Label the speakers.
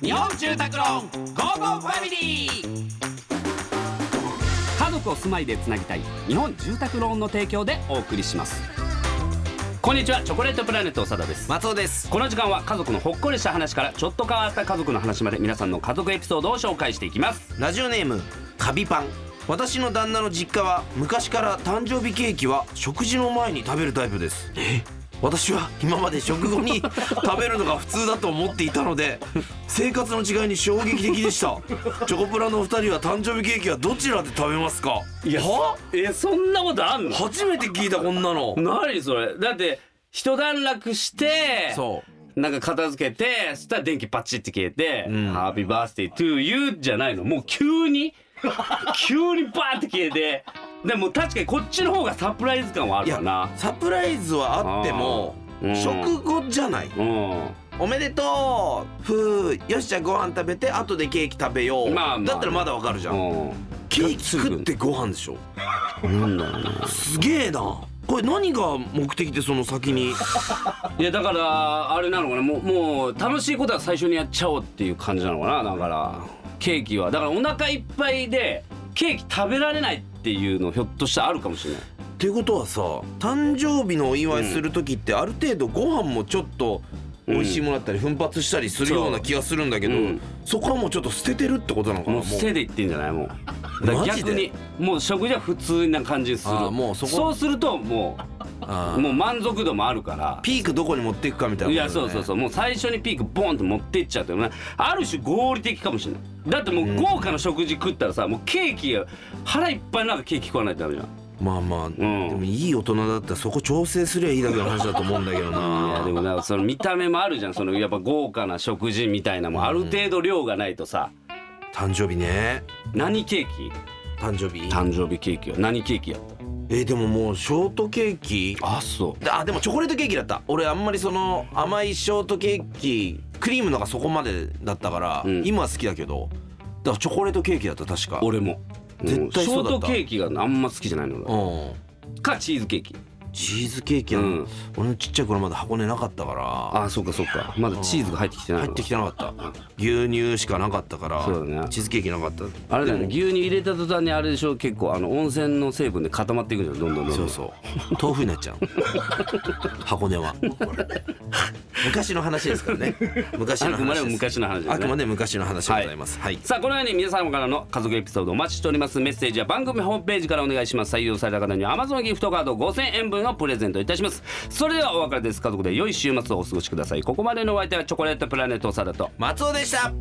Speaker 1: 日本住宅ローンゴーゴーファミリー家族を住まいでつなぎたい日本住宅ローンの提供でお送りしますこんにちはチョコレートプラネット長田です
Speaker 2: 松尾です
Speaker 1: この時間は家族のほっこりした話からちょっと変わった家族の話まで皆さんの家族エピソードを紹介していきます
Speaker 2: ラジオネームカビパン私の旦那の実家は昔から誕生日ケーキは食事の前に食べるタイプです私は今まで食後に 食べるのが普通だと思っていたので生活の違いに衝撃的でしたチョコプラのお二人は誕生日ケーキはどちらで食べますか
Speaker 1: いや
Speaker 2: は
Speaker 1: えそんなことあんの
Speaker 2: 初めて聞いたこんなの
Speaker 1: 何それだって一段落して
Speaker 2: そ
Speaker 1: なんか片付けてそしたら電気パチって消えて「
Speaker 2: ん
Speaker 1: ハッピーバースデートゥーユー」じゃないのもう急に 急にバーって消えてでも確かにこっちの方がサプライズ感はあ
Speaker 2: うい
Speaker 1: る
Speaker 2: や
Speaker 1: かな
Speaker 2: サプライズはあっても
Speaker 1: あーうん
Speaker 2: 食後じゃない
Speaker 1: うん
Speaker 2: おめでとうふうよしじゃあご飯食べて後でケーキ食べよう、
Speaker 1: まあまあね
Speaker 2: だったらまだわかるじゃん、
Speaker 1: う
Speaker 2: ケーキ食ってご飯でしょ
Speaker 1: んなんだろうね
Speaker 2: すげえなこれ何が目的でその先に
Speaker 1: いやだからあれなのかなもうもう楽しいことは最初にやっちゃおうっていう感じなのかなだからケーキはだからお腹いっぱいでケーキ食べられないっていうのひょっとしたらあるかもしれない
Speaker 2: っていうことはさ誕生日のお祝いする時ってある程度ご飯もちょっと美味しいものだったり奮発したりするような気がするんだけど、
Speaker 1: そううん
Speaker 2: そこはもうちょっと捨ててるってことなのかな
Speaker 1: もう捨てでいってんじゃないもうだから
Speaker 2: マジ
Speaker 1: 逆に
Speaker 2: で
Speaker 1: もう食事は普通な感じにする
Speaker 2: あーもうそこ
Speaker 1: うするとも
Speaker 2: あ
Speaker 1: う
Speaker 2: ー
Speaker 1: もう満足度もあるから
Speaker 2: ピークどこに持っていくかみたいないことだ
Speaker 1: や
Speaker 2: よね、
Speaker 1: そうそうそうもう最初にピークボンと持ってっちゃうっていうのはある種合理的かもしれないだってもう豪華な食事食ったらさもうケーキが腹いっぱいなんかケーキ食わないとダメじゃん
Speaker 2: まあまあ、でもいい大人だったらそこ調整すりゃいいだけの話だと思うんだけど
Speaker 1: いや
Speaker 2: な
Speaker 1: でもなんかその見た目もあるじゃんそのやっぱ豪華な食事みたいなもんある程度量がないとさ
Speaker 2: 誕生日ね
Speaker 1: 何ケーキ
Speaker 2: 誕生日
Speaker 1: 誕生日ケーキは何ケーキやった
Speaker 2: えーでももうショートケーキ
Speaker 1: あそ
Speaker 2: あでもチョコレートケーキだった俺あんまりその甘いショートケーキクリームのがそこまでだったから、
Speaker 1: うん
Speaker 2: 今は好きだけどだからチョコレートケーキだった確か
Speaker 1: 俺も
Speaker 2: 絶対そうだった
Speaker 1: ショートケーキがあんま好きじゃないの
Speaker 2: う
Speaker 1: 俺
Speaker 2: ん
Speaker 1: かチーズケーキ
Speaker 2: チーズケーキは、
Speaker 1: うん
Speaker 2: 俺のちっちゃい頃まだ箱根なかったから
Speaker 1: あそうかそうかまだチーズが入ってきてないの
Speaker 2: 入ってきてなかった牛乳しかなかったから
Speaker 1: そうだね
Speaker 2: チーズケーキなかった
Speaker 1: あれだよね牛乳入れた途端にあれでしょ結構あの温泉の成分で固まっていくじゃんどんどんどんど
Speaker 2: そうんそう豆腐になっちゃう箱根は昔の話ですからね昔の
Speaker 1: あくまで
Speaker 2: 話
Speaker 1: も
Speaker 2: です
Speaker 1: 昔の話ですね
Speaker 2: あくまで昔の話でございますはい、
Speaker 1: さあこのように皆様からの家族エピソードお待ちしておりますメッセージは番組ホームページからお願いします採用された方には Amazon ギフトカード5000円分をプレゼントいたしますそれではお別れです家族で良い週末をお過ごしくださいここまでのお相手はチョコレートプラネットサラと
Speaker 2: 松尾でした